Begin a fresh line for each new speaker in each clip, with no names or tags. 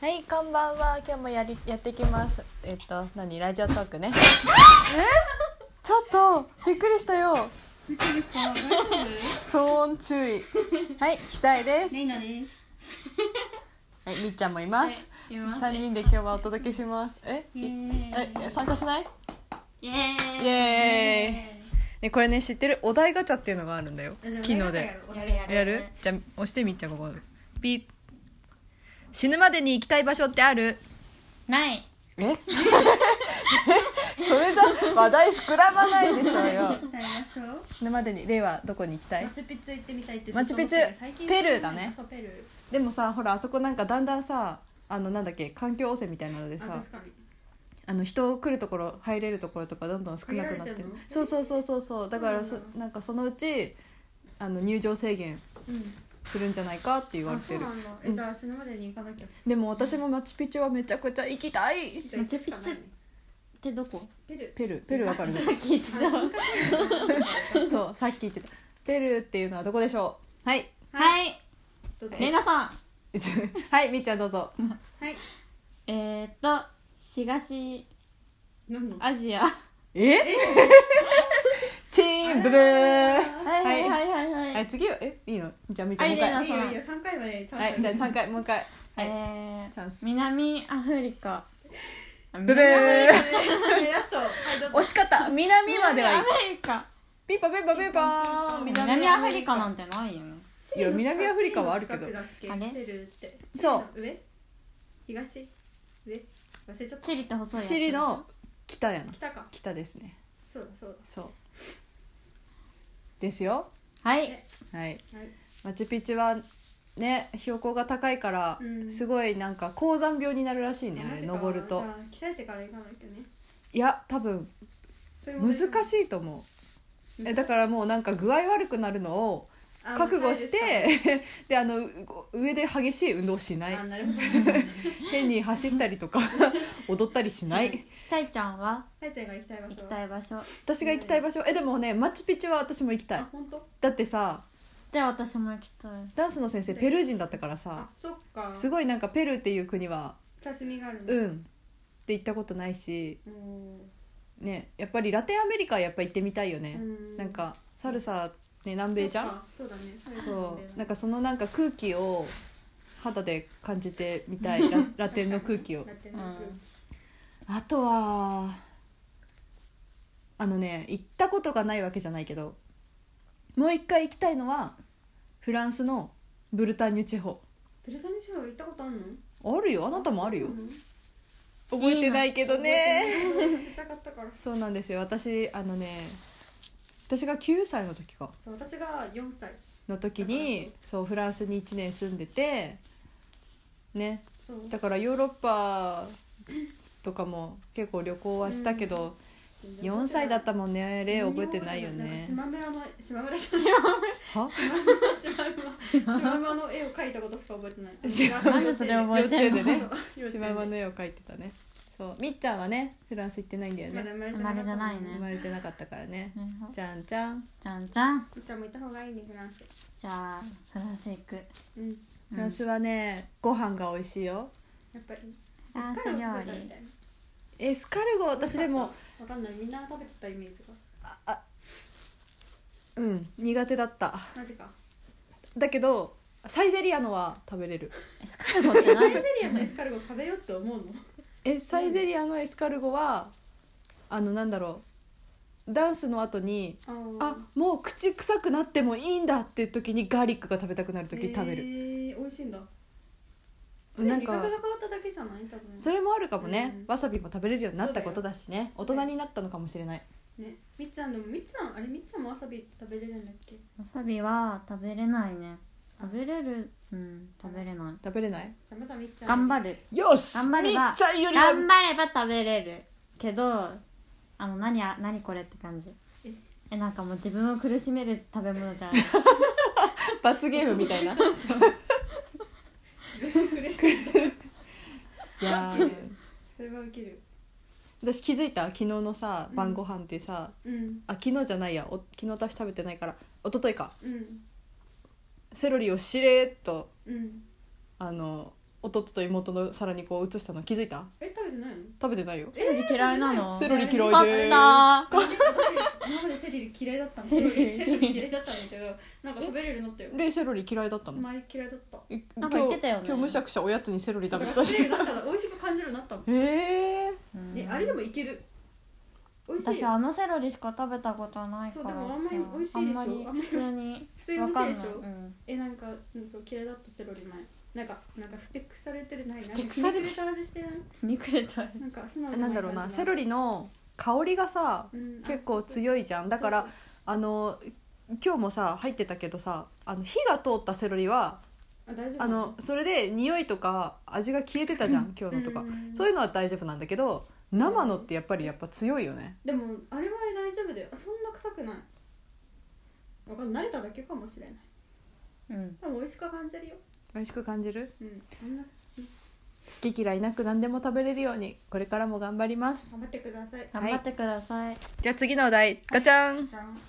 はい、こんばんは。今日もやりやってきます。えっと、何ラジオトークね。ちょっとびっくりしたよ。
びっくりした。大丈夫？
騒音注意。はい、したいです。
レイナです。
はい、みっちゃんもいます。
い
三、人で今日はお届けします。え、
イ
い
エーイ
え参加しない？
イエー
イエーイ。ねこれね知ってるお題ガチャっていうのがあるんだよ。
イ。
昨日で。
やるやる。
やる？じゃあ押してみっちゃんここ。ピッ。死ぬまでに行きたい場所ってある？
ない。
え それじゃ話題膨らまないでしょうよ
歌いましょう。
死ぬまでにレイはどこに行きたい
マチュピチュ行ってみたいって。
マチュピチュペルーだね
そうペルー。
でもさほらあそこなんかだんだんさあのなんだっけ環境汚染みたいなので
あ
さ
確かに。
あの人来るところ入れるところとかどんどん少なくなって
限られてん
る
の
そうそうそうそうそうだからそ
そうなん
なんかそのうちあの入場制限
うん。
するんじゃないかって言われてる
あそうなんだ。えじゃあ死ぬまでに行かなきゃ。
でも私もマチュピチュはめちゃくちゃ行きたい
じゃあ行くしかないね
ってどこ
ペル
ペルーペルーわかるね
聞いてたは
そうさっき言ってたペルーっていうのはどこでしょうはい
ー。はい。
い
どうぞ
レナさん
はいみっちゃんどうぞ
はい。
えー、っと東
何の？
アジアは
え チーンブブー
いはいはいはいはい、
はい次はえいいのじゃあみっちゃん
は
もう一
い
回
レナ
はい
いよいいよ三回までちゃんと。
いじ ゃあ3回もう一回はい
えー、
チャンス
南アフリカ
ブブー
はいラスト。はいどうぞ。
惜しかった南までは
南ア
い
フリカ
ピンポンピンポンピンポーン
南アフリカなんてないよね
いや南アフリカはあるけど
チリの近くだっけペルーって。
そう
上東上忘れちゃった
チリって細いやつ
チリの北やな
北か
北ですね
そうだそう
そうですよ
はい
はい
だはい
マチュピチュはね標高が高いから
うん
すごいなんか高山病になるらしいねあれ
マジか
登ると
じゃあ鍛えてから行かなきゃね
いや多分
それも
難
ね
しいと思うえだからもうなんか具合悪くなるのを
あ
覚悟し
まあ
て であのう上で激しい運動しな
あ
い
なる ほど
変に走ったりとか 踊ったりしない
さいちゃんは
さやちゃんが行きたい場所
行きたい場所
私が行きたい場所えでもねマチュピチュは私も行きたい
あ本当
だってさ
じゃあ私も行きたい
ダンスの先生ペルー人だったからさ
あそっか
す
ご
ご
い
いなんかペルーっていう国は
親しみがある
うんんって行ったことないし
うん
ねやっぱりラテンアメリカはやっぱ行ってみたいよ
う
ね、
ん
なんかサルサ、ね、南米じゃん
そっかそうだね
そうなん
か
かそのなんか空気を肌で感じてみたい ララテンの空気を
ラテンの空気
あとはあのね行ったことがないわけじゃないけどもう一回行きたいのはフランスのブルターニュ地方
ブルタニュ地方行ったことあるの
あるよあなたもあるよ
うん
覚えてないけどね
覚えてないちっちゃかったから
そうなんですよ私あのね私が9歳の時か
そう私が4歳
の時
なる
に
ほ
そうフランスに1年住んでてね
そう
だからヨーロッパとかも結構旅行はしたけど、4歳だったもんね例覚えてないよね
島村の島村じゃ
は
ない島村島村の絵を描いたことしか覚えてない。
島
なんでそれ覚えてんの
幼稚園でね
幼稚園
シマウマの絵を描いてたねそうみっちゃんはねフランス行ってないんだよ
ま
ね
だ生まれ
生まれてない
生
ね
まれてなかったからね
ね
じゃんじゃん
じゃんじゃん
みっちゃんも行った方がいいねフランス。
じゃあフランス行く
うん。
フランスはねご飯が美味しいよ
やっぱり。
フランス料理
エスカルゴ私でも。
わかんない。みんな食べてたイメージが。
ああうん苦手だった
マジか。
だけどサイゼリアのは食べれる
エスカルゴって
サイゼ
何
リアのエスカルゴ食べようって思うの。
えサイゼリアのエスカルゴはあのなんだろうダンスの後にあもう口臭くなってもいいんだっていう時にガーリックが食べたくなる時食べる、
る。美味しいんだ。
な
なんんか。味覚
か
が変わっただけじゃない多分。
それもあるかもね、
うん
わさびも食べれるようになったことだしね
そ
大
うだよ
人になったのかもしれない
ね。みっちゃんでもみっちゃんあれみっちゃんもわさび食べれるんだっけ。
わさびは食べれないね食べれるうん食べれない
食べれない
じゃあまたみっちゃん。
頑 張る
よし
頑張れば
みっちゃんよりは
頑張れば食べれるけどあの何あ何これって感じ
え
えなんかもう自分を苦しめる食べ物じゃん
罰ゲームみたい な
る。
いやー
それは受ける。
私気づいた昨日のさ
うん
晩ご飯ってさ、
うん。
あ昨日じゃないやお昨日私食べてないから一昨日か
うん。
セロリをしれーっと
うん。
あの弟と妹の皿にこう移したの気づいた
え食べてないの
食べてないよ
セロリ嫌いなの
セロリ嫌い
よ
で
かっ
ー
た
今までセリリ嫌いだったの
セ
セ
ロ
ロ
リ
リセロリ嫌いだったんだけどなんか食べれるようになったよ
レイセロリ嫌いだったの
前嫌いだった
い今
なん
日
か言ってたよね
今日むしゃくしゃおやつにセロリ
だ
食
か
べて
ら
た
セ
し
ロリだったら美味しく感じるようになったの
へえ
うん
ねあれでもいける美味しい
私
よ
あのセロリしか食べたことないからさ
そうでもあんまり美味しいでしょ
あんまり普通に
普通に美
わ
味
か
し
ん
い
な
で
い
しょ
うん
えなんか、うん、そう嫌いだったセロリ前なんかなんかふてくされてるないなん
ふ
か
てくされてる
ひねくれた味してない
にくれた
なんか素直じゃ
ないんだろうな
感じ
セロリの香りがさ
うん
結構強いじゃんだか
そ
ら
うそう
あの今日もさ入ってたけどさあの火が通ったセロリは
あ大丈夫
あのそれで匂いとか味が消えてたじゃん今日のとかそういううのは大丈夫なんだけど生のってやっぱりやっぱ強いよね
でもあれは大丈夫だよそんな臭くないわかんない慣れただけかもしれない
うん
でも美味しく感じるよ
美味しく感じる
うんあんな
好き嫌いなく何でも食べれるようにこれからも頑張ります
頑張ってください
頑張ってください
じゃあ次のお題ガチャン
じゃん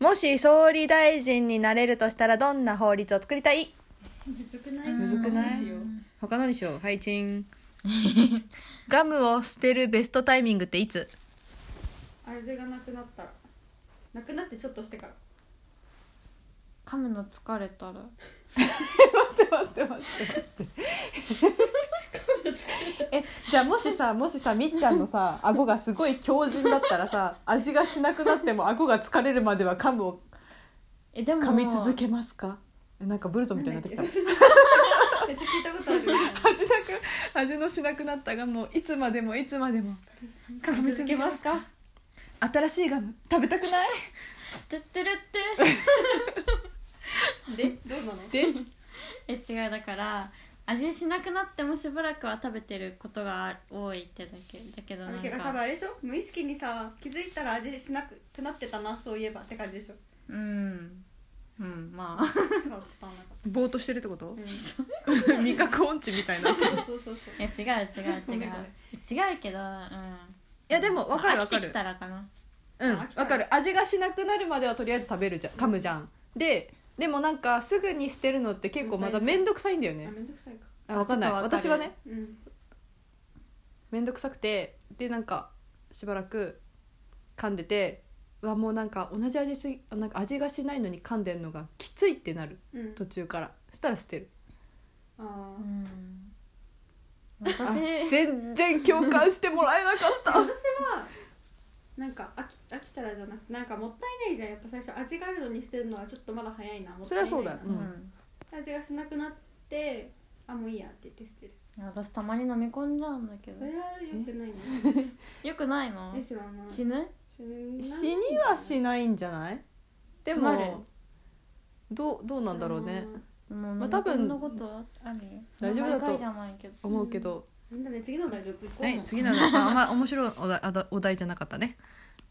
もし総理大臣になれるとしたらどんな法律を作りたい
むずくない
うん
むずくない
よ
他のでしょう配信 ガムを捨てるベストタイミングっていつ
味がなくなったらなくなってちょっとしてから
噛むの疲れたら
待って待って待ってえじゃあもしさもしさみっちゃんのさ顎がすごい強靭だったらさ味がしなくなっても顎が疲れるまでは噛むを
えでも
噛み続けますかえなんかブルトンみたいになってきた
なんだっけめっちゃ聞いたことある
味なく味のしなくなったガムをいつまでもいつまでも
噛み続けますか
新しいガム食べたくない
てってる って
でどうなの
で
え違うだから味しなくなってもしばらくは食べてることが多いってだけだけどなん
だけど多分
か
あれでしょ無意識にさ気づいたら味しなくてなってたなそういえばって感じでしょ
うんうんまあ
そう伝わんなかっ
ぼーっとしてるってこと
た、うん
味覚音痴みたいない
そうそうそう
いや違う違う
ご
違
めん
う
ご
違うけどうん
やでも分かる
まあ
分か
飽きてき
る
たらかな
うん
飽きた
分かる味がしなくなるまではとりあえず食べるじゃん噛むじゃんででもなんかすぐに捨てるのって結構また面倒くさいんだよ
あ
ね
めんどくさいか
あ分かんない
ちょっと分かる
私はね
うん
面倒くさくてでなんかしばらく噛んでてはもうなんか同じ味すぎなんか味がしないのに噛んでんのがきついってなる
うん
途中からそしたら捨てる
あ
う
ー
ん
あ
私
全然共感してもらえなかった
私はなんか飽き飽きたらじゃなくてなんかもったいないじゃんやっぱ最初味があるのに捨てるのはちょっとまだ早いなもったいな
そり
いな
ゃそうだ
う
うん
ん
味がしなくなってあもういいやって言って捨てる
私たまに飲み込んじゃうんだけ
そ
ど
れはよくないね
よくないの
え知らない
死ぬ
ぬ
死にはしないんじゃないで
つまる
もどうどうなんだろうね
も
ま
う飲
あ
み
多分
込んだことある
大丈夫だと
毎回じゃないけど
思うけど、
なんだね次の大丈夫行こう
はい、次なの、まあ、あんま面 白いお題あだお題じゃなかったね。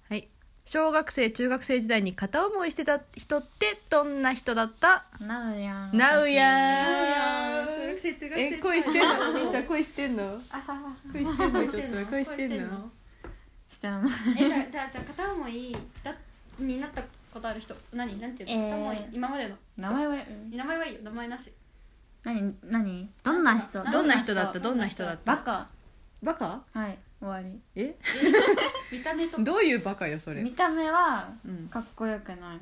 はい。小学生、中学生時代に片思いしてた人ってどんな人だった
なうやん
なう
あ
や
ー
ん
中学生中学生
え、恋してんのみんちゃん恋してんの
あはは
恋してんの
恋
ちょっと恋してんの
してない
えじゃあじゃあじゃあ片思いだになったことある人何なんていうの、
えー
片思い今までの
名前はうん
名前はいいよ名前なし
何何どんな人
どんな人だったどんな人だった
バカ
バカ
はい終わり
え
見た目とか
どういうバカよ、それ。
見た目は
うん。
かっこよくない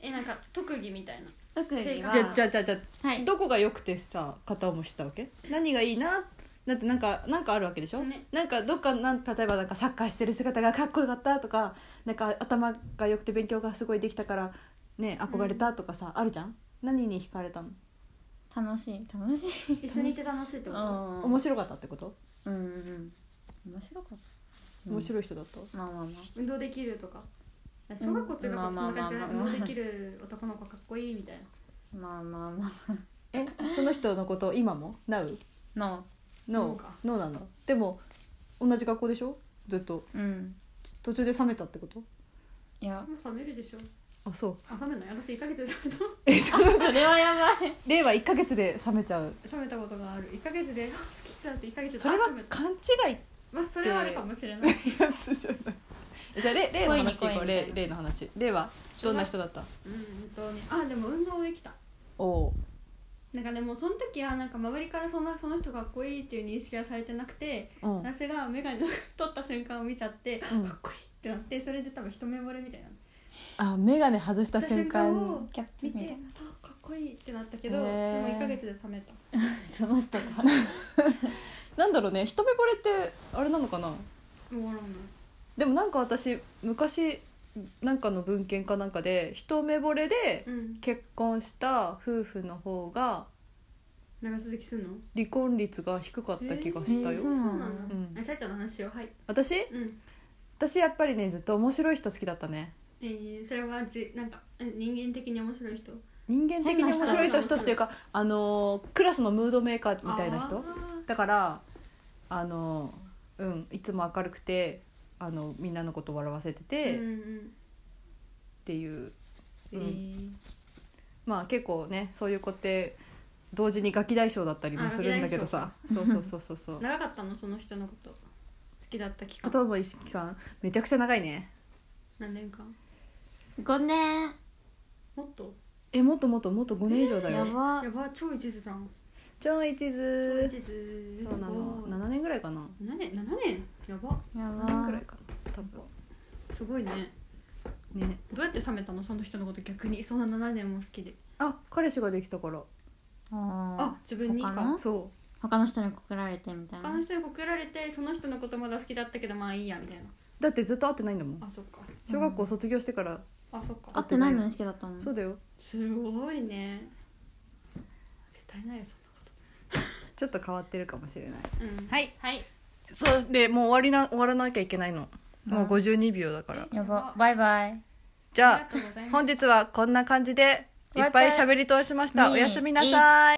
えなんか特技みたいな
特技は
じゃ、じゃ、じゃ、じゃ、
はい
どこが良くてさ、片思いしてたわけ何がいいなだってなんか、なんかあるわけでしょ、
ね
なんかどっかなん例えばなんかサッカーしてる姿がかっこよかったとかなんか頭が良くて勉強がすごいできたからね憧れたとかさ、あるじゃん何に惹かれたの、
楽しい楽しい
一緒にいて楽しいって
うん
こと
面白かったってこと
うんうん面白かった
面白い人だった、
まあまあまあ
運動できるとか小学校中学校そんな感じで
まあまあまあま
運
あ
動できる男の子かっこいいみたいな
まあまあま
えその人のこと今も Now?
あの
No?
No か
No なのでも同じ学校でしょずっと
うん
途中で冷めたってこと
いや
もう冷めるでしょ
あそう
あ冷めない私1ヶ月で冷めた
えその
それはやばい
例は1ヶ月で冷めちゃう
冷めたことがある1ヶ月であ好きちゃんって1ヶ月で
それは
あ冷めた
勘違いっ
まあそれはあるかもしれない
てやつじゃないえ じゃあ例例の話いこ
恋に
う
恋みたい
例
な
例の話例はどんな人だった
うんうんとねあでも運動できた
おお
なんかでもその時はなんか周りからそんなその人かっこいいっていう認識はされてなくて
うんうん
私が眼鏡を取った瞬間を見ちゃって、
うん
かっこいいってなってそれで多分一目惚れみたいな
あ眼鏡外した瞬間
を
ギャップ
見
みたい
て
な
あかっこいいってなったけど、
へ
もう
ー
1か月で冷めた
その人が
なんだろうね一目惚れってあれなのかな
もう
でもなんか私昔なんかの文献かなんかで一目惚れで
うん
結婚した夫婦の方が
長続きするの
離婚率が低かった気がしたよ、
えー
そうなんだ、
うん
あちゃちゃの話をはい
私
うん
私やっぱりねずっと面白い人好きだったね
えー、それはじなんかえ人間的に面白い人
人間的に面白い
変な
人
人
っていうかあのークラスのムードメーカーみたいな
あ
人
ー
だからあのーうんいつも明るくてあのみんなのこと笑わせてて、
う
っ
んうん
ていう
え
うん
ー
まあ結構ねそういう子って同時にガキ大将だったりもするんだけどさそうそうそうそう そう
長かったのその人のこと好きだった期
あ
間
とも一期間めちゃくちゃ長いね
何年間
5年
もっと
えもっともっともっと5年以上だ
や
よ
ば
やば超一途じゃん
ちょい地
超一
図
途
そうなの7年ぐらいかな
7年7年やば
や
7年
ば
ぐらいかな多分
すごいね
ね
どうやって冷めたのその人のこと逆にそんな7年も好きで
あ彼氏ができたから
あ
あ
自分にか
他の
そ
他の人に告られてみたい
他
な
の人に告られてその人のことまだ好きだったけどまあいいやみたいな
うだってずっと会ってないんだもん
あそっか
小学校卒業してから、
あそっか
会ってないのに好きだったもん
そうだよ
すごいね絶対ないよそんなこ
ちょっと変わってるかもしれない
とうん
はい
はい
そうでもう終わりな終わらなきゃいけないのもう
あ
52秒だから
やばバイバイ
じ
あ
ゃあ
りがとうございます
本日はこんな感じでいっぱい喋り通しましたおやすみなさい